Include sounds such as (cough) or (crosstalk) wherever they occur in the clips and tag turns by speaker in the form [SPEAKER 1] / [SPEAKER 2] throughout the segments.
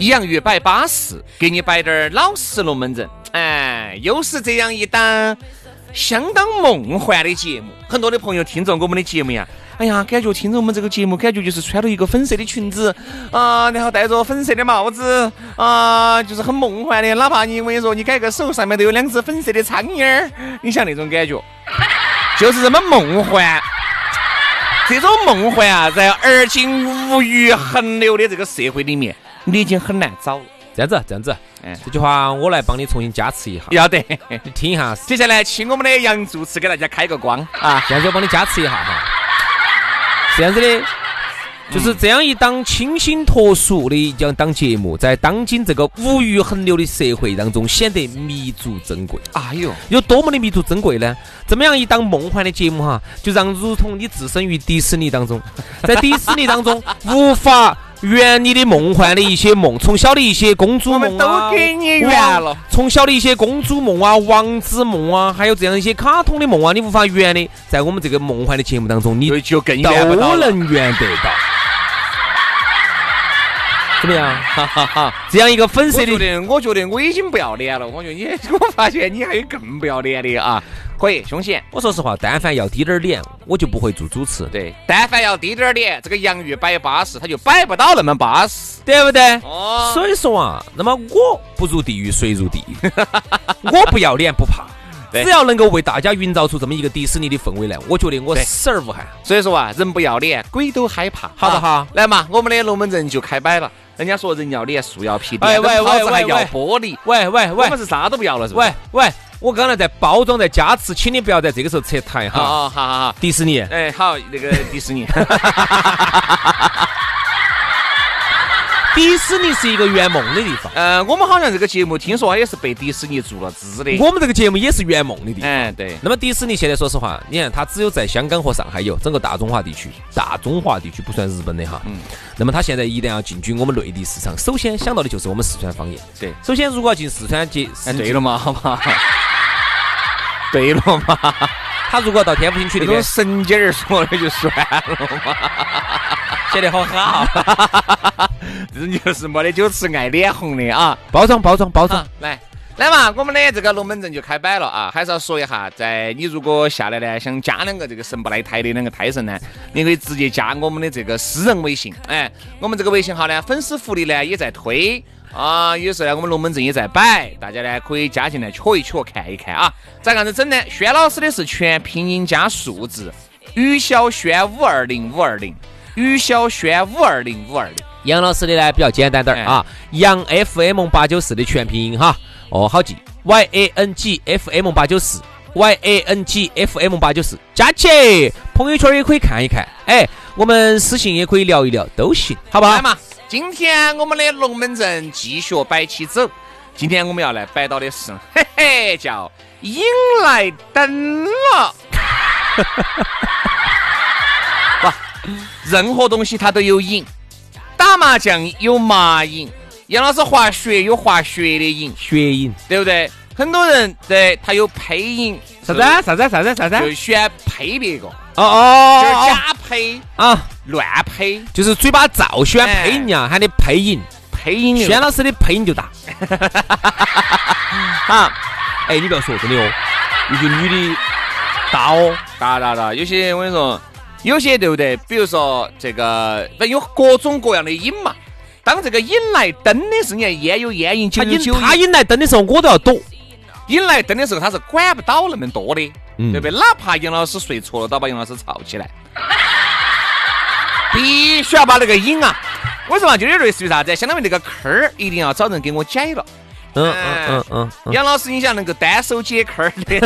[SPEAKER 1] 洋芋摆巴适，给你摆点儿老实龙门阵。哎，又是这样一档相当梦幻的节目。很多的朋友听着我们的节目呀，哎呀，感觉听着我们这个节目，感觉就是穿了一个粉色的裙子啊、然后戴着粉色的帽子啊、就是很梦幻的。哪怕你我跟你说，你改个手上面都有两只粉色的苍蝇儿，你像那种感觉，就是这么梦幻。这种梦幻啊，在而今物欲横流的这个社会里面，你已经很难找了。
[SPEAKER 2] 这样子，这样子
[SPEAKER 1] 嗯，
[SPEAKER 2] 这句话我来帮你重新加持一下，
[SPEAKER 1] 要得。
[SPEAKER 2] 你听一下，
[SPEAKER 1] 接下来，请我们的杨主持给大家开个光啊！
[SPEAKER 2] 这样子我帮你加持一下哈。这样子的，就是这样一档清新脱俗的一档档节目，在当今这个物欲横流的社会当中，显得弥足珍贵。
[SPEAKER 1] 哎呦，
[SPEAKER 2] 有多么的弥足珍贵呢？这么样一档梦幻的节目哈，就让如同你置身于迪士尼当中，在迪士尼
[SPEAKER 1] (laughs)
[SPEAKER 2] 当中无法圆你的梦幻的一些梦，从小的一些公主梦
[SPEAKER 1] 我
[SPEAKER 2] 啊，
[SPEAKER 1] 们都给你圆了
[SPEAKER 2] 王从小的一些公主梦啊、王子梦啊，还有这样一些卡通的梦啊，你无法圆的，在我们这个梦幻的节目当中，你
[SPEAKER 1] 就就更
[SPEAKER 2] 都
[SPEAKER 1] 远不到了。
[SPEAKER 2] 能圆得到。怎么样？哈哈哈！这样一个粉色
[SPEAKER 1] 我觉
[SPEAKER 2] 的，
[SPEAKER 1] 得，我觉得我已经不要脸了。我觉得你，我发现你还有更不要脸的啊！可以，凶险。
[SPEAKER 2] 我说实话，但凡要低点儿脸，我就不会做主持。
[SPEAKER 1] 对，但凡要低点儿脸，这个洋芋摆巴适，他就摆不到那么巴适。
[SPEAKER 2] 对不对？
[SPEAKER 1] 哦
[SPEAKER 2] 所以说啊，那么我不入地狱，谁入地狱？ (laughs) 我不要脸不怕，
[SPEAKER 1] (laughs) 对
[SPEAKER 2] 只要能够为大家营造出这么一个迪士尼的氛围来，我觉得我
[SPEAKER 1] 对
[SPEAKER 2] 死而无憾。
[SPEAKER 1] 所以说啊，人不要脸，鬼都害怕，
[SPEAKER 2] 好不
[SPEAKER 1] 啊
[SPEAKER 2] 好
[SPEAKER 1] 来嘛，我们的龙门阵就开摆了。人家说人要脸，树要皮，
[SPEAKER 2] 哎
[SPEAKER 1] 电灯
[SPEAKER 2] 喂
[SPEAKER 1] 泡
[SPEAKER 2] 喂
[SPEAKER 1] 子还
[SPEAKER 2] 喂
[SPEAKER 1] 要
[SPEAKER 2] 喂
[SPEAKER 1] 玻璃，
[SPEAKER 2] 喂喂
[SPEAKER 1] 我
[SPEAKER 2] 喂
[SPEAKER 1] 们是啥都不要了，是不是？
[SPEAKER 2] 喂喂，我刚才在包装在加持，请你不要在这个时候撤台
[SPEAKER 1] 好，
[SPEAKER 2] 哈。
[SPEAKER 1] 好好好好。
[SPEAKER 2] 迪
[SPEAKER 1] (laughs)
[SPEAKER 2] 士尼，
[SPEAKER 1] 哎，好，那个迪士尼，
[SPEAKER 2] 迪士尼是一个圆梦的地方，
[SPEAKER 1] 呃，我们好像这个节目听说也是被迪士尼注了资的。
[SPEAKER 2] 我们这个节目也是圆梦的地方。
[SPEAKER 1] 哎，对，
[SPEAKER 2] 那么迪士尼现在说实话，你看它只有在香港和上海有，整个大中华地区，大中华地区不算日本的哈。嗯。那么它现在一旦要进军我们内地市场，首先想到的就是我们四川方言。
[SPEAKER 1] 对
[SPEAKER 2] 首先，如果要进四川节，
[SPEAKER 1] 哎，
[SPEAKER 2] 市
[SPEAKER 1] 对了嘛，好吧，对了嘛，
[SPEAKER 2] 他如果到天府新
[SPEAKER 1] 这
[SPEAKER 2] 区那
[SPEAKER 1] 种
[SPEAKER 2] 边，
[SPEAKER 1] 神经儿说的就算了，
[SPEAKER 2] 显得好哈、啊。
[SPEAKER 1] (laughs) 这种就是没得酒吃爱脸红的啊。
[SPEAKER 2] 包装包装包装
[SPEAKER 1] 好，，来。来嘛，我们的这个龙门阵就开摆了啊！还是要说一下，在你如果下来呢，想加两个这个神不来台的两个胎神呢，你可以直接加我们的这个私人微信。哎，我们这个微信号呢，粉丝福利呢也在推啊，有时候呢我们龙门阵也在摆，大家呢可以加进来瞧一瞧，看一看啊。咋个样子整呢？轩老师的是全拼音加数字，于小轩五二零五二零，于小轩五二零五二零。
[SPEAKER 2] 杨老师的呢比较简单
[SPEAKER 1] 哎
[SPEAKER 2] 点儿啊，杨 FM 八九四的全拼音哈，哦好记，Y A N G F M 八九四，Y A N G F M 八九四，加起，朋友圈也可以看一看，哎，我们私信也可以聊一聊，都行，好不好
[SPEAKER 1] 来？嘛，今天我们的龙门阵继续摆起走。今天我们要来摆到的是，嘿嘿，叫引来灯了。 (laughs) 哇，任何东西它都有瘾，打麻将有麻瘾，杨老师滑雪有滑雪的瘾，
[SPEAKER 2] 学影
[SPEAKER 1] 对不对？很多人对他有配瘾，
[SPEAKER 2] 啥子啊啥子啊啥子啊啥子啊
[SPEAKER 1] 就喜欢配别个，
[SPEAKER 2] 哦
[SPEAKER 1] 就是
[SPEAKER 2] 哦
[SPEAKER 1] 假配、
[SPEAKER 2] 哦啊，
[SPEAKER 1] 乱配、
[SPEAKER 2] 就是嘴巴造，喜欢配人家喊的配影，
[SPEAKER 1] 配瘾的
[SPEAKER 2] 轩老师的配影就大。
[SPEAKER 1] 啊。
[SPEAKER 2] 哎，你不要说，真的哦，有些女的大哦，
[SPEAKER 1] 哒哒哒，有些我跟你说，有些对不对？比如说这个，反正有各种各样的瘾嘛。当这个引来灯的是，你看烟有烟瘾，酒
[SPEAKER 2] 他
[SPEAKER 1] 有
[SPEAKER 2] 引
[SPEAKER 1] 酒
[SPEAKER 2] 他
[SPEAKER 1] 瘾。
[SPEAKER 2] 引来灯的时候，我都要躲。
[SPEAKER 1] 引来灯的时候，他是管不到那么多的，
[SPEAKER 2] 嗯
[SPEAKER 1] 对不对？哪怕杨老师睡错了，都把杨老师吵起来， (laughs) 必须要把那个瘾啊！我说嘛，就有点类似于啥子，啊相当于那个坑儿一定要找人给我解了。哎
[SPEAKER 2] 嗯嗯嗯嗯
[SPEAKER 1] 杨老师，你想能够单手解坑儿
[SPEAKER 2] (laughs)
[SPEAKER 1] 的，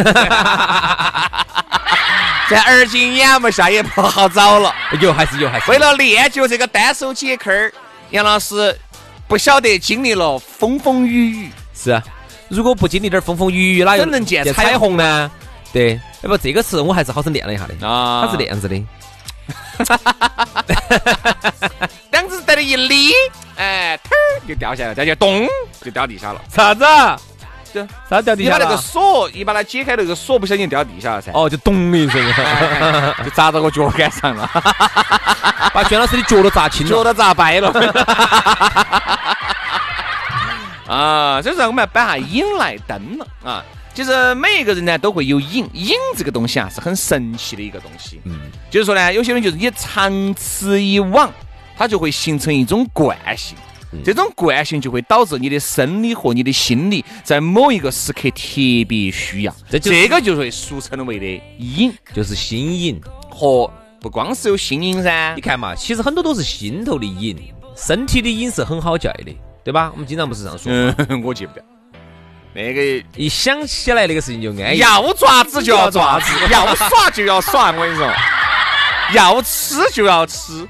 [SPEAKER 1] 在二斤眼目下也不好找了。
[SPEAKER 2] 嗯，有还是有还是有
[SPEAKER 1] 为了练就这个单手解坑儿，杨老师不晓得经历了风风雨雨，
[SPEAKER 2] 是啊。如果不经历点风风雨雨，哪有
[SPEAKER 1] 怎能见彩
[SPEAKER 2] 彩虹呢？对，要不这个词我还是好生练了一下的。
[SPEAKER 1] 啊
[SPEAKER 2] 它是这样子的，
[SPEAKER 1] 当子在那一立，哎，腾儿就掉下来，再就咚就掉地下了。
[SPEAKER 2] 啥子？
[SPEAKER 1] 就
[SPEAKER 2] 啥掉地
[SPEAKER 1] 你
[SPEAKER 2] 下
[SPEAKER 1] 把那个？
[SPEAKER 2] 了
[SPEAKER 1] 锁，一把它解开，那个锁不小心掉地下了噻，
[SPEAKER 2] 啊哦，就咚的一声，
[SPEAKER 1] 哎，就砸到我脚杆上了，
[SPEAKER 2] (laughs) 把轩老师的脚都砸青
[SPEAKER 1] 脚
[SPEAKER 2] 了。
[SPEAKER 1] 都砸掰了。 (laughs) 啊，所以说我们要摆下瘾来灯了啊。其实每一个人呢都会有瘾，瘾这个东西啊是很神奇的一个东西。
[SPEAKER 2] 嗯，
[SPEAKER 1] 就是说呢，有些人就是你长此以往，它就会形成一种惯性，这种惯性就会导致你的生理和你的心理在某一个时刻特别需要，
[SPEAKER 2] 这就是
[SPEAKER 1] 这个就会俗称为的瘾
[SPEAKER 2] 就是新颖。
[SPEAKER 1] 和不光是有心瘾噻
[SPEAKER 2] 你，看嘛，其实很多都是心头的瘾，身体的瘾是很好戒的，对吧？我们经常不是这样说吗，
[SPEAKER 1] 嗯， (laughs) 我戒不掉，那个
[SPEAKER 2] 一想起来那个事情就安逸。
[SPEAKER 1] 要抓子就要抓子，哎要耍就要耍，我跟你说，要吃就要吃，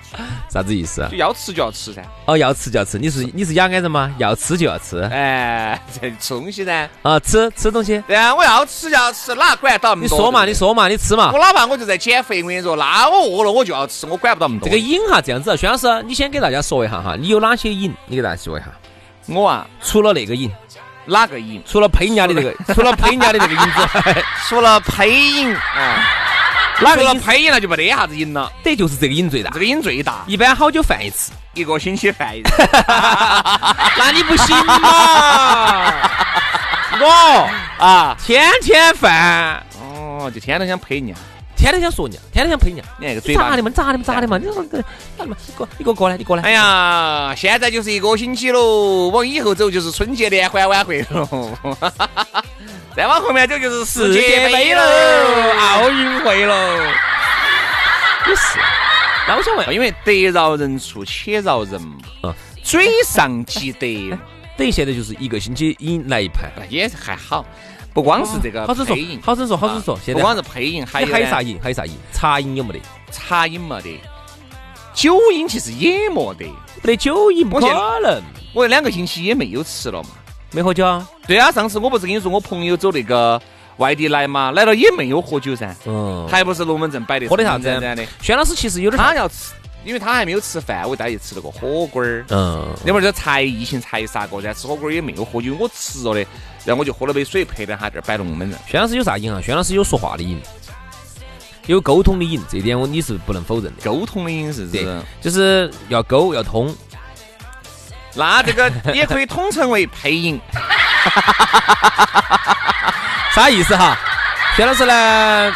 [SPEAKER 2] 啥子意思啊
[SPEAKER 1] 就？要吃就要吃噻，
[SPEAKER 2] 哦，要吃就要吃，你是你是雅安人吗？要吃就要吃
[SPEAKER 1] 哎， (laughs) 这吃东西噻。
[SPEAKER 2] 啊，吃吃东西。
[SPEAKER 1] 对啊，我要吃就要吃，哪管得到那
[SPEAKER 2] 你
[SPEAKER 1] 么多？
[SPEAKER 2] 说嘛，
[SPEAKER 1] 对
[SPEAKER 2] 你
[SPEAKER 1] 不对
[SPEAKER 2] 说嘛，你吃嘛
[SPEAKER 1] 我。哪怕我就在减肥，我跟你说，那我饿了我就要吃，我管不到那么多。
[SPEAKER 2] 这个瘾哈，这样子啊，薛老师，你先给大家说一下哈，你有哪些瘾？你给大家说一下。
[SPEAKER 1] 我啊，
[SPEAKER 2] 除了那个瘾，
[SPEAKER 1] 哪个瘾？
[SPEAKER 2] 除了呸人家的那个，除了呸人家的那个瘾之外，
[SPEAKER 1] 除了胚瘾，哎，
[SPEAKER 2] (laughs) 哪
[SPEAKER 1] 除
[SPEAKER 2] 个
[SPEAKER 1] 了
[SPEAKER 2] 瘾？
[SPEAKER 1] 胚瘾那就没得啥子瘾了。
[SPEAKER 2] 得就是这个瘾最大
[SPEAKER 1] 这。个瘾最大，
[SPEAKER 2] 一般好久犯一次，
[SPEAKER 1] 一个星期犯一次。
[SPEAKER 2] (laughs)
[SPEAKER 1] (laughs)
[SPEAKER 2] 那你不行嘛？我
[SPEAKER 1] 啊，
[SPEAKER 2] (laughs) 天天犯，
[SPEAKER 1] 哦，就天天想胚人家，
[SPEAKER 2] 天天想说你，天天想喷你。
[SPEAKER 1] 你那个
[SPEAKER 2] 你
[SPEAKER 1] 嘴
[SPEAKER 2] 咋
[SPEAKER 1] 巴
[SPEAKER 2] 的。嘛？你咋的嘛？咋的嘛？你说这咋的嘛？你过你给我过来，你过来。
[SPEAKER 1] 哎，呀，现在就是一个星期喽，往以后走就是春节联欢晚会喽，再往后面走就是世
[SPEAKER 2] 世界
[SPEAKER 1] 界
[SPEAKER 2] 杯
[SPEAKER 1] 杯
[SPEAKER 2] 喽
[SPEAKER 1] 喽，奥运会喽。
[SPEAKER 2] 也是。那我想问，
[SPEAKER 1] 因为得饶人处且饶人嘛，
[SPEAKER 2] 啊
[SPEAKER 1] 嘴上积德
[SPEAKER 2] 等于现在就是一个星期瘾来一盘。
[SPEAKER 1] 也还好，不光是这个
[SPEAKER 2] 好生说
[SPEAKER 1] 配音，，
[SPEAKER 2] 好生说，好生说
[SPEAKER 1] 啊。
[SPEAKER 2] 现
[SPEAKER 1] 不
[SPEAKER 2] 在
[SPEAKER 1] 光是配音，还
[SPEAKER 2] 还
[SPEAKER 1] 有
[SPEAKER 2] 还有
[SPEAKER 1] 呢
[SPEAKER 2] 啥瘾？还有啥瘾？茶瘾有没得？
[SPEAKER 1] 茶瘾没得，酒瘾其实也没得，
[SPEAKER 2] 没得酒瘾不
[SPEAKER 1] 我
[SPEAKER 2] 可
[SPEAKER 1] 现
[SPEAKER 2] 能，
[SPEAKER 1] 我两个星期也没有吃了嘛。
[SPEAKER 2] 没喝酒啊。
[SPEAKER 1] 对啊，上次我不是跟你说我朋友走那个外地来嘛，来了也没有喝酒噻，
[SPEAKER 2] 嗯，
[SPEAKER 1] 还不是龙门阵摆的
[SPEAKER 2] 喝的啥子
[SPEAKER 1] 整整的？
[SPEAKER 2] 轩老师其实有点
[SPEAKER 1] 他要吃，因为他还没有吃饭，我带他去吃了个火锅儿。
[SPEAKER 2] 嗯，
[SPEAKER 1] 那会儿这才疫情才杀过，然后吃火锅也没有喝酒，我吃了的，然后我就喝了杯水，陪着他这儿摆龙门阵。
[SPEAKER 2] 轩老师有啥瘾啊？轩老师有说话的瘾，有沟通的瘾，这点我你是不能否认的。
[SPEAKER 1] 沟通的饮食
[SPEAKER 2] 对
[SPEAKER 1] 是，，
[SPEAKER 2] 就是要沟要通。
[SPEAKER 1] 那这个也可以统称为配音。
[SPEAKER 2] 啥意思哈？薛老师呢，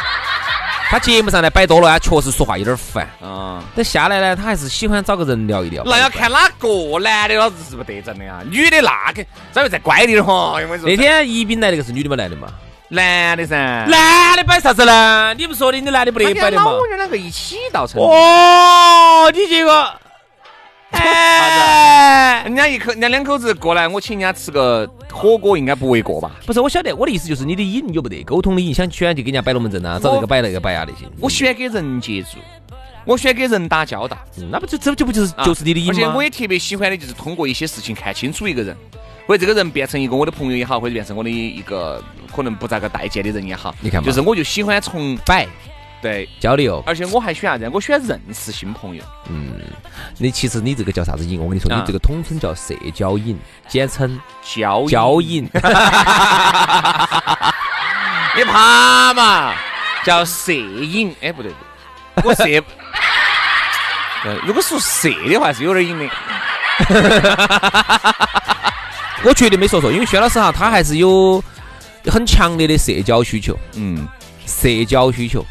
[SPEAKER 2] 他节目上呢摆多了，他啊确实说话有点烦。
[SPEAKER 1] 嗯，
[SPEAKER 2] 但下来呢，他还是喜欢找个人聊一哎聊。
[SPEAKER 1] 那要看哪个男的，老子是不得整的啊，女的那个，稍微再乖点儿哈。我跟你说
[SPEAKER 2] 那天宜宾来那个是女的嘛，男的嘛？
[SPEAKER 1] 男的噻，
[SPEAKER 2] 男的摆啥子呢？你不说的，你男的不
[SPEAKER 1] 他
[SPEAKER 2] 得摆
[SPEAKER 1] 跟
[SPEAKER 2] 的嘛
[SPEAKER 1] 老？娘两个一起到成。
[SPEAKER 2] 哦，你这个，
[SPEAKER 1] 哎，人家一口，人家两口子过来，我请人家吃个火锅，应该不为过吧？
[SPEAKER 2] 不是我晓得，我的意思就是你的瘾有没得沟通的瘾，想喜欢就给人家摆龙门阵啊，找这个摆那个摆啊那些。
[SPEAKER 1] 我喜欢跟人接触，我喜欢跟人打交道。
[SPEAKER 2] 嗯，那不就这这不就是
[SPEAKER 1] 啊
[SPEAKER 2] 就是你的瘾
[SPEAKER 1] 而且
[SPEAKER 2] 吗
[SPEAKER 1] 我？也特别喜欢的就是通过一些事情看清楚一个人，或者这个人变成一个我的朋友也好，或者变成我的一个可能不咋个待见的人也好，
[SPEAKER 2] 你看嘛
[SPEAKER 1] 就是我就喜欢从
[SPEAKER 2] 摆
[SPEAKER 1] 对，
[SPEAKER 2] 交流，
[SPEAKER 1] 而且我还喜欢啥子？我喜欢认识新朋友。
[SPEAKER 2] 嗯，你其实你这个叫啥子瘾？我跟你说，
[SPEAKER 1] 啊
[SPEAKER 2] 你这个统称叫社交瘾，简称
[SPEAKER 1] 交
[SPEAKER 2] 交，瘾。
[SPEAKER 1] 你怕嘛？叫摄影，哎不对，我
[SPEAKER 2] (laughs)
[SPEAKER 1] 摄，呃如果说摄的话是有点瘾的，
[SPEAKER 2] 我绝对没说错，因为薛老师哈，他还是有很强烈的社交需求，
[SPEAKER 1] 嗯，
[SPEAKER 2] 社交需求，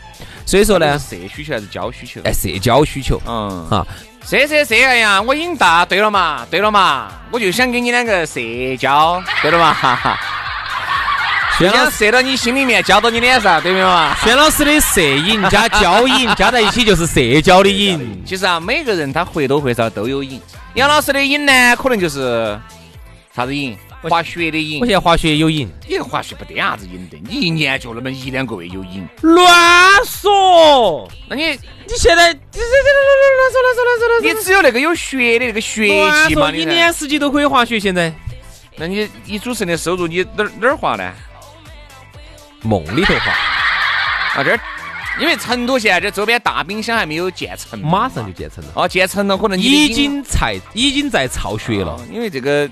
[SPEAKER 2] 所以说呢，
[SPEAKER 1] 社需求还是交需求？
[SPEAKER 2] 哎哎，社交需求
[SPEAKER 1] 嗯，
[SPEAKER 2] 哈，
[SPEAKER 1] 这这这哎呀，我瘾大，对了嘛，对了嘛，我就想跟你两个社交，对了嘛，哈哈，
[SPEAKER 2] 轩老
[SPEAKER 1] 想
[SPEAKER 2] 师，
[SPEAKER 1] 射到你心里面，交到你脸上，对没有嘛？
[SPEAKER 2] 轩老师的摄影 (laughs) 加交影加在一起就是社交的影。
[SPEAKER 1] 其实啊，每个人他或多或少都有瘾。杨老师的瘾呢，可能就是啥子瘾？滑雪的瘾
[SPEAKER 2] 我。现在滑雪有影，
[SPEAKER 1] 你滑雪不得啥子瘾的，你一年就那么一两个月有瘾。
[SPEAKER 2] 乱说！
[SPEAKER 1] 那你
[SPEAKER 2] 你现在这这这这乱说乱说乱说乱
[SPEAKER 1] 你只有那个有雪的那个学
[SPEAKER 2] 乱
[SPEAKER 1] 习嘛？
[SPEAKER 2] 说！
[SPEAKER 1] 你
[SPEAKER 2] 一
[SPEAKER 1] 才
[SPEAKER 2] 年四季都可以滑雪，现在
[SPEAKER 1] 那你你主持人的收入你哪儿哪儿花呢？
[SPEAKER 2] 梦里头滑，
[SPEAKER 1] 啊，这儿，因为成都现在这周边大冰箱还没有建成，
[SPEAKER 2] 马上就建成了，
[SPEAKER 1] 哦，建成了可能你的
[SPEAKER 2] 已
[SPEAKER 1] 瘾
[SPEAKER 2] 经在已经在操雪了
[SPEAKER 1] 哦。因为这个，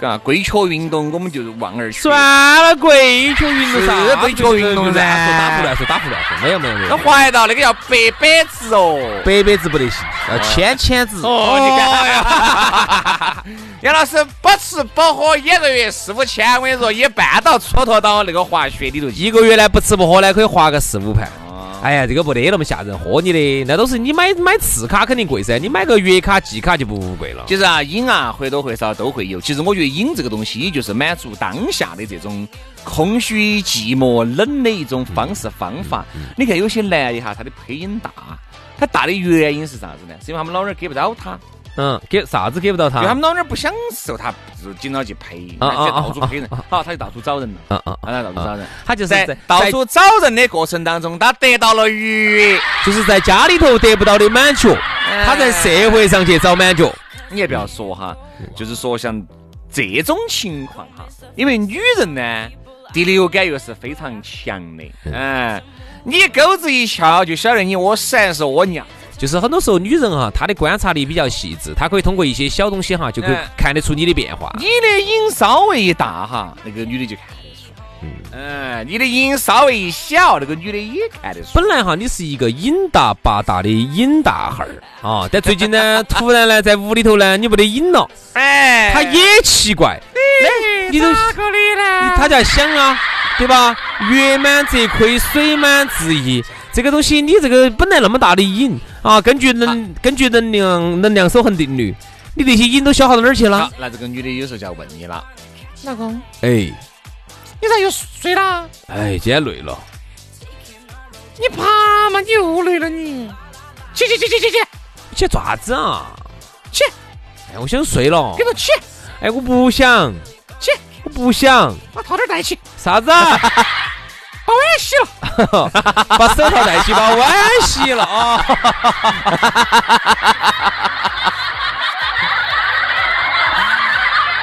[SPEAKER 1] 啊，规球运动我们就望而却
[SPEAKER 2] 算了，跪求运动啥？
[SPEAKER 1] 是跪求运动噻
[SPEAKER 2] 打胡乱说，打胡乱说，没有没有没
[SPEAKER 1] 那
[SPEAKER 2] 有。
[SPEAKER 1] 滑得到那个要白板子哦。
[SPEAKER 2] 白板子不得行，要签签字。
[SPEAKER 1] 哦，你看呀， (laughs) 杨老师不吃不喝一个月四五千，我跟你说，一半到蹉跎到那个滑雪里头去。
[SPEAKER 2] 一个月呢不吃不喝呢可以划个四五盘。哎呀，这个没得那么吓人，喝你的那都是你买买次卡肯定贵噻，你买个月卡、季卡就不不贵了。
[SPEAKER 1] 其实啊，瘾啊，或多或少都会有。其实我觉得瘾这个东西，也就是满足当下的这种空虚、寂寞、冷的一种方式方法。
[SPEAKER 2] 嗯
[SPEAKER 1] 你看有些男的哈，他的配音大，他大的原因是啥子呢？是因为他们老娘儿给不到他，
[SPEAKER 2] 嗯，给啥子给不到他
[SPEAKER 1] 因为他？们老娘儿不享受他，就经常去配音，
[SPEAKER 2] 啊
[SPEAKER 1] 他就
[SPEAKER 2] 啊啊
[SPEAKER 1] 到处配人，好，他就到处找人了，
[SPEAKER 2] 嗯嗯，
[SPEAKER 1] 他到处找人。
[SPEAKER 2] 他就是
[SPEAKER 1] 在
[SPEAKER 2] 在
[SPEAKER 1] 到
[SPEAKER 2] 在
[SPEAKER 1] 处找人的过程当中，他得到了愉悦。
[SPEAKER 2] 就是在家里头得不到的满足，他在社会上去找满足。
[SPEAKER 1] 你也不要说哈，就是说像这种情况哈，因为女人呢，第六感又是非常强的，嗯，你钩子一翘就晓得你我屎还是我尿。
[SPEAKER 2] 就是很多时候女人哈，她的观察力比较细致，她可以通过一些小东西哈，就可以
[SPEAKER 1] 嗯
[SPEAKER 2] 看得出你的变化。
[SPEAKER 1] 你的瘾稍微一大哈，那个女的就看得出来。嗯，你的瘾稍微一小，那个女的也看得出来。
[SPEAKER 2] 本来哈，你是一个瘾大八大的瘾大汉儿啊，但最近 (laughs) 呢，突然呢，在屋里头呢，你没得瘾了，
[SPEAKER 1] 哎，
[SPEAKER 2] 他也奇怪，哎，你都
[SPEAKER 1] 咋个的呢？
[SPEAKER 2] 他就要想啊，对吧？月满则亏，水满则溢。这个东西，你这个本来那么大的瘾啊，根据能、根据能量能量守恒定律，你那些瘾都消耗到哪儿去
[SPEAKER 1] 好
[SPEAKER 2] 了？，
[SPEAKER 1] 那这个女的有时候就要问你了，老公，
[SPEAKER 2] 哎
[SPEAKER 1] 你咋又睡了？
[SPEAKER 2] 哎，今天累了，
[SPEAKER 1] 你爬嘛，你又累了你。起起起起起起
[SPEAKER 2] 去做啥子啊？
[SPEAKER 1] 起，
[SPEAKER 2] 哎，我想睡了
[SPEAKER 1] 给。我起，
[SPEAKER 2] 哎，我不想，
[SPEAKER 1] 起，
[SPEAKER 2] 我不想，
[SPEAKER 1] 把套点带起，
[SPEAKER 2] 啥子啊？
[SPEAKER 1] (laughs) 把碗洗了。
[SPEAKER 2] (laughs) 把手套戴起，把碗洗了啊！ (laughs)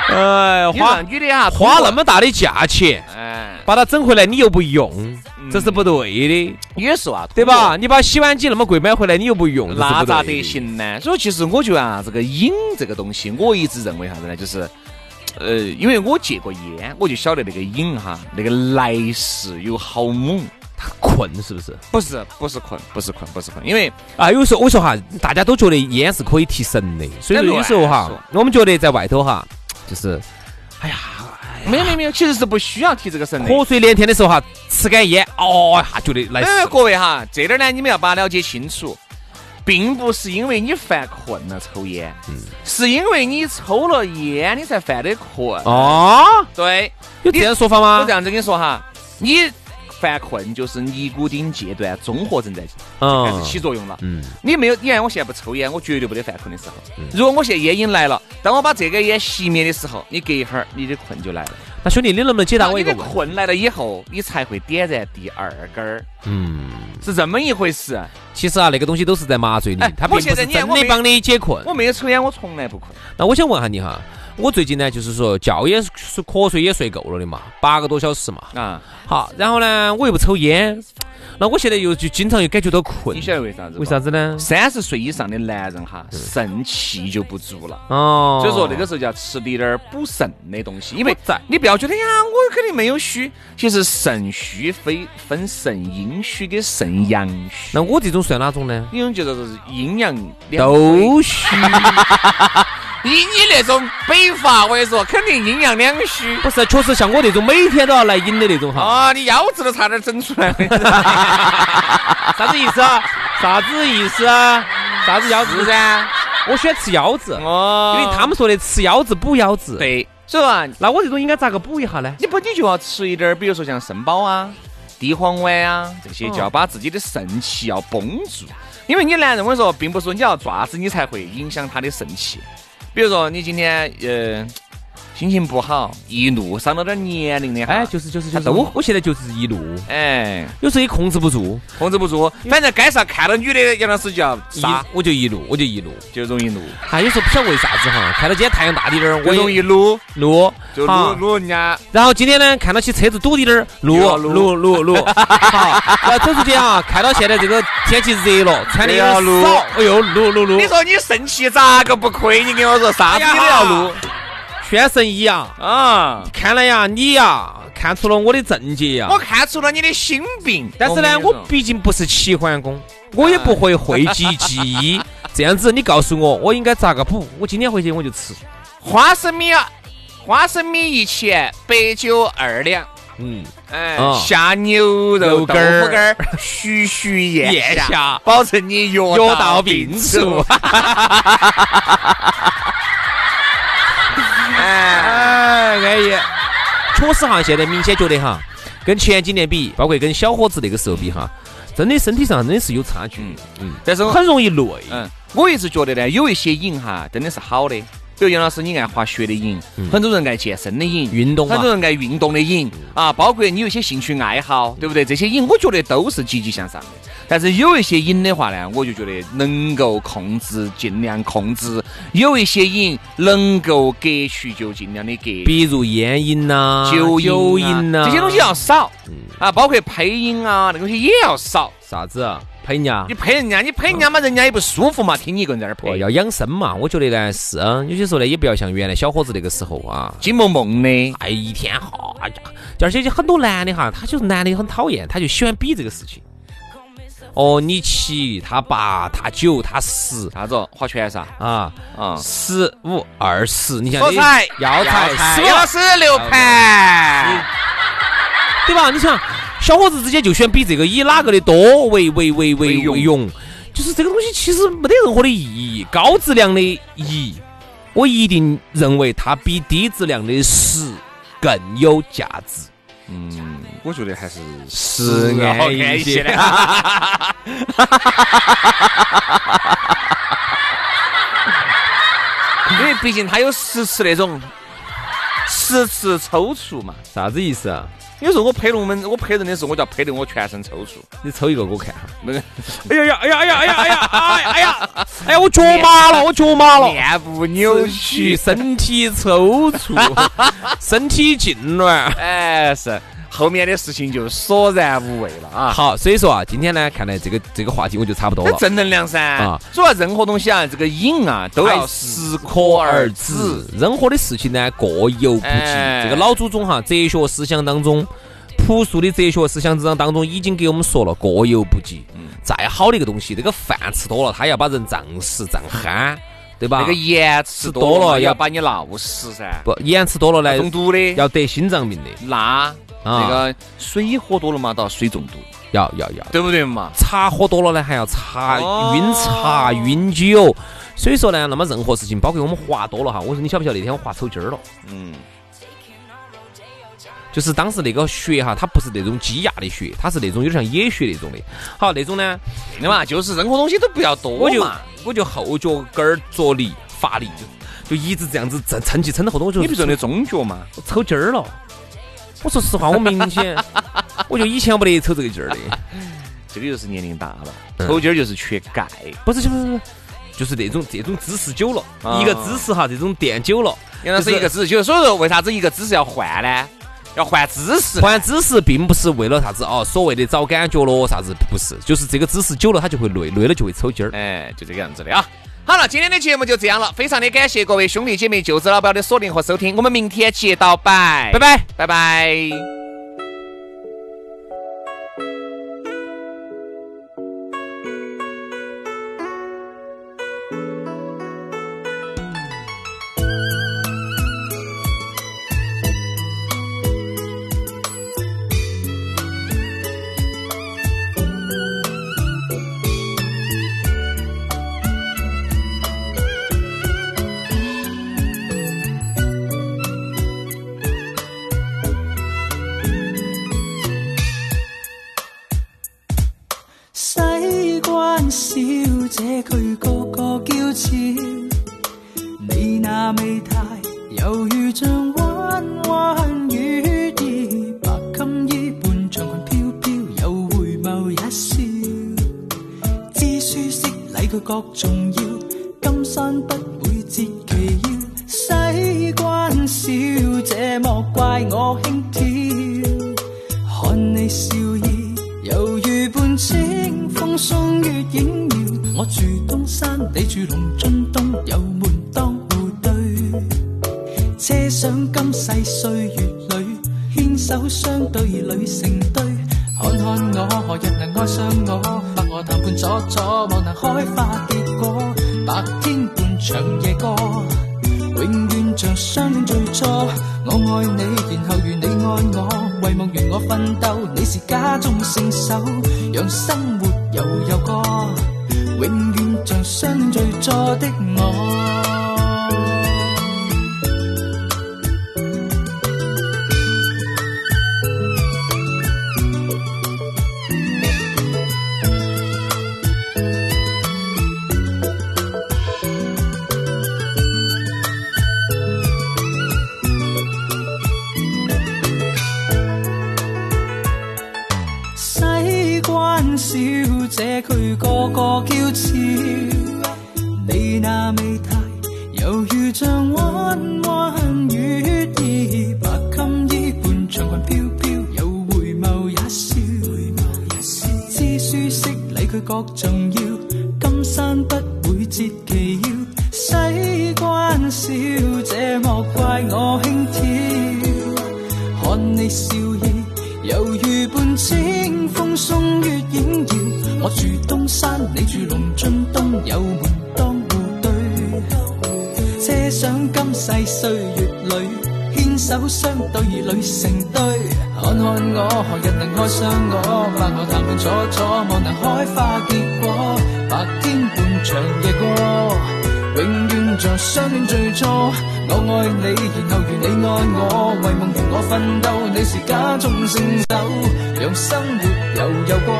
[SPEAKER 2] 哎，花
[SPEAKER 1] 女的啊，
[SPEAKER 2] 花那，么大的价钱，
[SPEAKER 1] 哎，
[SPEAKER 2] 把它整回来你又不用，
[SPEAKER 1] 嗯
[SPEAKER 2] 这是不对的，
[SPEAKER 1] 有时候啊，
[SPEAKER 2] 对吧？？你把洗碗机那么贵买回来，你又不用，这是
[SPEAKER 1] 那
[SPEAKER 2] 不
[SPEAKER 1] 咋
[SPEAKER 2] 对
[SPEAKER 1] 得
[SPEAKER 2] 的？
[SPEAKER 1] 行呢？所以其实我觉得啊，这个瘾这个东西，我一直认为啥子呢？就是，呃，因为我戒过烟，我就晓得那个瘾哈，那个来势有好猛。
[SPEAKER 2] 困是不是？
[SPEAKER 1] 不是，不是困，不是困，不是困，因为
[SPEAKER 2] 啊，有时候我说哈，大家都觉得烟是可以提神的，所以说有时候哈
[SPEAKER 1] 那啊乱，
[SPEAKER 2] 我们觉得在外头哈，就是
[SPEAKER 1] 没有没有没有，其实是不需要提这个神的。
[SPEAKER 2] 瞌睡连天的时候哈，吃根烟，哦一下觉得来
[SPEAKER 1] 哦哎，
[SPEAKER 2] 事。
[SPEAKER 1] 各位哈，这点儿呢，你们要把它了解清楚，并不是因为你犯困了抽烟，嗯是因为你抽了烟，你才犯的困。
[SPEAKER 2] 哦，
[SPEAKER 1] 对，
[SPEAKER 2] 有这样说法吗？
[SPEAKER 1] 我这样子跟你说哈，你犯困就是尼古丁戒断综合症在开始
[SPEAKER 2] 嗯
[SPEAKER 1] 起作用了。
[SPEAKER 2] 嗯，
[SPEAKER 1] 你没有，你看我现在不抽烟，我绝对不得犯困的时候。如果我现在烟瘾来了，当我把这根烟熄灭的时候，你隔一会儿你的困就来了。
[SPEAKER 2] 那兄弟，你能不能解答
[SPEAKER 1] 当
[SPEAKER 2] 我
[SPEAKER 1] 啊你
[SPEAKER 2] 一个
[SPEAKER 1] 的
[SPEAKER 2] 问题？
[SPEAKER 1] 困来了以后，你才会点燃第二根儿，
[SPEAKER 2] 嗯，
[SPEAKER 1] 是这么一回事。
[SPEAKER 2] 其实啊，那个东西都是在麻醉你
[SPEAKER 1] 哎，
[SPEAKER 2] 它并不是
[SPEAKER 1] 我现在
[SPEAKER 2] 真
[SPEAKER 1] 你看我
[SPEAKER 2] 的
[SPEAKER 1] 没
[SPEAKER 2] 帮你解困
[SPEAKER 1] 我。没有抽烟，我从来不困。
[SPEAKER 2] 那我想问下你哈，我最近呢，就是说觉也是瞌睡也睡够了的嘛，八个多小时嘛。
[SPEAKER 1] 啊，
[SPEAKER 2] 好，然后呢，我又不抽烟，那我现在又就经常又感觉到困
[SPEAKER 1] 你，晓得为啥子？
[SPEAKER 2] 呃为啥？嗯子呢？
[SPEAKER 1] 三十岁以上的男人哈，肾气就不足了。
[SPEAKER 2] 哦，
[SPEAKER 1] 所以说那个时候就要吃滴点儿补肾的东西，因为
[SPEAKER 2] 我在
[SPEAKER 1] 你不要觉得呀，我肯定没有虚，其实肾虚非分肾阴虚跟肾阳虚，
[SPEAKER 2] 那我这种算哪种呢？
[SPEAKER 1] 你种就叫做是阴阳两亏
[SPEAKER 2] 都虚，
[SPEAKER 1] 你你那种北伐，我跟你说，肯定阴阳两虚。
[SPEAKER 2] 不是，确实像我这种每天都要来阴的那种哈，
[SPEAKER 1] 啊，你腰子都差点整出来
[SPEAKER 2] (laughs)
[SPEAKER 1] 了，
[SPEAKER 2] 哦啥子意思啊？啥子意思啊？啥子腰
[SPEAKER 1] 是
[SPEAKER 2] 子？
[SPEAKER 1] 噻？
[SPEAKER 2] 我喜欢吃腰子，啊因
[SPEAKER 1] 哦
[SPEAKER 2] 为他们说的吃腰子补腰子。，
[SPEAKER 1] 对，所以说啊，
[SPEAKER 2] 那我这种应该咋个补一下呢？
[SPEAKER 1] 你不你就要吃一点儿，比如说像肾宝啊、地黄丸啊这些，
[SPEAKER 2] 嗯
[SPEAKER 1] 就要把自己的肾气要绷住。因为你男人，我跟你说，并不是说你要爪子你才会影响他的肾气。比如说你今天呃心情不好，一怒上了点年龄的哈，
[SPEAKER 2] 哎，就是就是
[SPEAKER 1] 他
[SPEAKER 2] 就是，
[SPEAKER 1] 都
[SPEAKER 2] 我我现在就是一路，
[SPEAKER 1] 哎
[SPEAKER 2] 有时候也控制不住，
[SPEAKER 1] 控制不住，反正街上看到女的，杨老师就要
[SPEAKER 2] 一
[SPEAKER 1] 杀，
[SPEAKER 2] 我就一路，我就一路。
[SPEAKER 1] 就容易怒，
[SPEAKER 2] 还有时候不晓得为啥子哈，看到今天太阳大滴点儿，
[SPEAKER 1] 就
[SPEAKER 2] 我
[SPEAKER 1] 容
[SPEAKER 2] 也
[SPEAKER 1] 易撸，
[SPEAKER 2] 录，
[SPEAKER 1] 就撸
[SPEAKER 2] 啊
[SPEAKER 1] 撸人家。
[SPEAKER 2] 然后今天呢，看到起车子堵滴点儿，录
[SPEAKER 1] 又要撸
[SPEAKER 2] 录录
[SPEAKER 1] (laughs)
[SPEAKER 2] 录。好，我走出去啊，看到现在这个天气热了，穿的有
[SPEAKER 1] 又要撸
[SPEAKER 2] 点少，哎呦，录录录
[SPEAKER 1] 你，说你哎肾气咋个不亏？你跟我说啥子你都要撸
[SPEAKER 2] 全神一样。
[SPEAKER 1] 啊！
[SPEAKER 2] 看来呀，你呀，看出了我的症结呀
[SPEAKER 1] 我。看出了你的心病，
[SPEAKER 2] 但是呢，
[SPEAKER 1] 跟你
[SPEAKER 2] 啊我
[SPEAKER 1] 说
[SPEAKER 2] 毕竟不是齐桓公，我也不会讳
[SPEAKER 1] (laughs)
[SPEAKER 2] 疾忌医。这样子，你告诉我，我应该咋个补？我今天回去我就吃。
[SPEAKER 1] 花生米，啊花生米一钱，白酒二两。
[SPEAKER 2] 嗯，
[SPEAKER 1] 哎，
[SPEAKER 2] 嗯
[SPEAKER 1] 下牛肉、
[SPEAKER 2] 肉
[SPEAKER 1] 豆
[SPEAKER 2] 干儿
[SPEAKER 1] 腐干儿，徐徐
[SPEAKER 2] 咽
[SPEAKER 1] 咽下
[SPEAKER 2] 下，
[SPEAKER 1] 保证你药
[SPEAKER 2] 药到病 (laughs) 除。。
[SPEAKER 1] 哎，
[SPEAKER 2] 哎，安逸。确实哈，现在明显觉得哈，跟前几年比，包括跟小伙子那个时候比哈，真的身体上真的是有差距
[SPEAKER 1] 嗯，
[SPEAKER 2] 嗯，
[SPEAKER 1] 但是我
[SPEAKER 2] 很容易累。
[SPEAKER 1] 嗯，我一直觉得呢，有一些瘾哈，真的是好的。比如杨老师，你爱滑雪的瘾，很多人爱健身的瘾，
[SPEAKER 2] 运动嘛啊
[SPEAKER 1] 很多人爱哎运动的瘾啊，包括你有一些兴趣爱好，对不对？这些瘾我觉得都是积极向上的。但是有一些瘾的话呢，我就觉得能够控制尽量控制，有一些瘾能够隔去就尽量的隔去。
[SPEAKER 2] 比如烟瘾呐、
[SPEAKER 1] 酒瘾、啊
[SPEAKER 2] 酒啊瘾啊嗯呐，
[SPEAKER 1] 这些东西啊要少、啊，包括配音啊，那个东西也要少。
[SPEAKER 2] 啥子啊陪人家
[SPEAKER 1] 你。配人家，你配人家嘛，人家也不舒服嘛，听你一个人在那儿
[SPEAKER 2] 哦，
[SPEAKER 1] 配。
[SPEAKER 2] 要养生嘛，我觉得呢是，嗯有些时候呢也不要像原来小伙子那个时候啊，
[SPEAKER 1] 金梦梦的，
[SPEAKER 2] 哎一天哈，哎呀，而且就很多男的哈，他就是男的也很讨厌，他就喜欢比这个事情。哦，你七，他八，他九，他十
[SPEAKER 1] 啥子哦划拳噻？
[SPEAKER 2] 啊，
[SPEAKER 1] 啊，
[SPEAKER 2] 十五二十，你想
[SPEAKER 1] 说
[SPEAKER 2] 你
[SPEAKER 1] 菜
[SPEAKER 2] 要菜
[SPEAKER 1] 菜，
[SPEAKER 2] 要
[SPEAKER 1] 要
[SPEAKER 2] 菜
[SPEAKER 1] 是六盘，
[SPEAKER 2] 对吧？你想小伙子之间就喜欢比这个以哪个的多为为为
[SPEAKER 1] 为
[SPEAKER 2] 为
[SPEAKER 1] 荣
[SPEAKER 2] 为荣，就是这个东西其实没得任何的意义。高质量的一，我一定认为它比低质量的十更有价值。
[SPEAKER 1] 嗯，我觉得还是
[SPEAKER 2] 是
[SPEAKER 1] 好看一些的。 (laughs)
[SPEAKER 2] 啊
[SPEAKER 1] 因为毕竟他有十次那种十次抽搐嘛。
[SPEAKER 2] 啥子意思啊？
[SPEAKER 1] 有时候我拍龙门，我拍人的时候，我就要拍得我全身抽搐。
[SPEAKER 2] 你抽一个给我看哈。
[SPEAKER 1] 那个
[SPEAKER 2] 哎呀呀！哎呀哎呀哎呀哎呀！哎呀哎呀！哎呀，我脚麻了，我脚麻了。
[SPEAKER 1] 面部扭曲，
[SPEAKER 2] 身体抽 (laughs) 搐，身体痉挛。
[SPEAKER 1] (laughs) 哎，是后面的事情就索然无味了啊。
[SPEAKER 2] 好，所以说啊，今天呢，看来这个这个话题我就差不多
[SPEAKER 1] 这
[SPEAKER 2] 了。
[SPEAKER 1] 正能量噻
[SPEAKER 2] 啊，
[SPEAKER 1] 主要任何东西啊，这个瘾啊，都要
[SPEAKER 2] 还
[SPEAKER 1] 适
[SPEAKER 2] 可
[SPEAKER 1] 可
[SPEAKER 2] 而
[SPEAKER 1] 而
[SPEAKER 2] 止
[SPEAKER 1] 止。，
[SPEAKER 2] 任何的事情呢，过犹不及。
[SPEAKER 1] 哎
[SPEAKER 2] 这个老祖宗哈，哲学思想当中，朴素的哲学思想之章当中，已经给我们说了，过犹不及。
[SPEAKER 1] 嗯
[SPEAKER 2] 再好的一个东西，这个饭吃多了，它要把人胀实胀憨，对吧？
[SPEAKER 1] 那个盐吃
[SPEAKER 2] 啊多
[SPEAKER 1] 多
[SPEAKER 2] 了
[SPEAKER 1] 了要
[SPEAKER 2] 要
[SPEAKER 1] 把你闹死噻，
[SPEAKER 2] 不盐吃多了呢
[SPEAKER 1] 中，毒的
[SPEAKER 2] 要得心脏病的，
[SPEAKER 1] 辣，
[SPEAKER 2] 啊
[SPEAKER 1] 那个水喝多了嘛，到水中毒，
[SPEAKER 2] 要要要。
[SPEAKER 1] 对不对嘛？
[SPEAKER 2] 茶喝多了呢，还要茶
[SPEAKER 1] 哦
[SPEAKER 2] 晕茶晕酒，所以说呢，那么任何事情，包括我们滑多了哈，我说你晓不晓得那天我滑抽筋儿了？
[SPEAKER 1] 嗯，
[SPEAKER 2] 就是当时那个血哈，它不是那种积压的血，它是那种有点像野血那种的。好，那种呢，
[SPEAKER 1] 对嘛，就是任何东西都不要多
[SPEAKER 2] 我就
[SPEAKER 1] 嘛。
[SPEAKER 2] 我就后脚跟儿着力发力，就就一直这样子撑撑起撑到后头，我就
[SPEAKER 1] 你不是那中脚嘛？
[SPEAKER 2] 抽筋儿了。我说实话，我明 (laughs) 显，我就以前我没得抽这个筋儿的，
[SPEAKER 1] 这个就是年龄大了，抽筋儿就是缺钙。
[SPEAKER 2] 不是不是不是，就是那种这种姿势久了，
[SPEAKER 1] 啊
[SPEAKER 2] 一个姿势哈，这种垫久了。
[SPEAKER 1] 杨老师
[SPEAKER 2] 就是
[SPEAKER 1] 一个姿势，就是所以说为啥子一个姿势要换呢？要换姿势呢，
[SPEAKER 2] 换姿势并不是为了啥子哦，所谓的找感觉咯啥子，不是，就是这个姿势久了它就会累，累了就会抽筋儿。
[SPEAKER 1] 哎，就这个样子的啊。好了，今天的节目就这样了，非常的感谢各位兄弟姐妹、舅子老表的锁定和收听，我们明天接到拜，
[SPEAKER 2] 拜，拜。
[SPEAKER 1] 拜拜。
[SPEAKER 3] Thank 未大，猶如像彎彎雨蝶，白襟衣伴長裙飄飄，有回眸一笑。知書識禮佢覺重要，金山不會折其腰。西關小姐莫怪我輕佻，看你笑意，猶如伴清風送月影搖。我住東山，你住龍津東，有門當户對。奢想今世歲月里，牽手相對侶成堆。看看我，何日能愛上我？百我談判阻阻，望能開花結果。白天伴長夜歌，永遠像相戀最初。我愛你，然後如你愛我，為望完我奮鬥，你是家中聖手，讓生活悠悠歌，永遠像相戀最初的我。西關小姐佢個個嬌俏，你那媚態猶如像彎彎雨蝶，白襟衣伴長裙飄飄，有回眸一笑。知書識禮佢覺重要，金山不會折其腰。西關小姐莫怪我輕佻。看你笑意，猶如伴清風送月影搖。我住東山，你住龍津東，有門當戶對。奢想今世歲月裏，牽手相對侶成對。看看我，何日能愛上我？百我談判楚楚，望能開花結果。白天伴長夜過。永遠像相戀最初，我愛你，然後如你愛我，為夢同我奮鬥，你是家中聖手，讓生活悠悠過，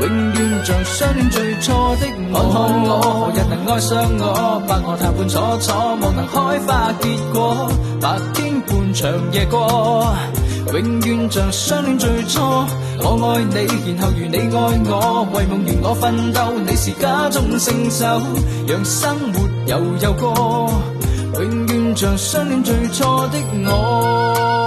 [SPEAKER 3] 永遠像相戀最初的我。看看我，何日能愛上我？白我談判楚楚，望能開花結果，白天伴長夜過。永遠像相戀最初，我愛你，然後如你愛我，為夢圓我奮鬥，你是家中聖手，讓生活悠悠過，永遠像相戀最初的我。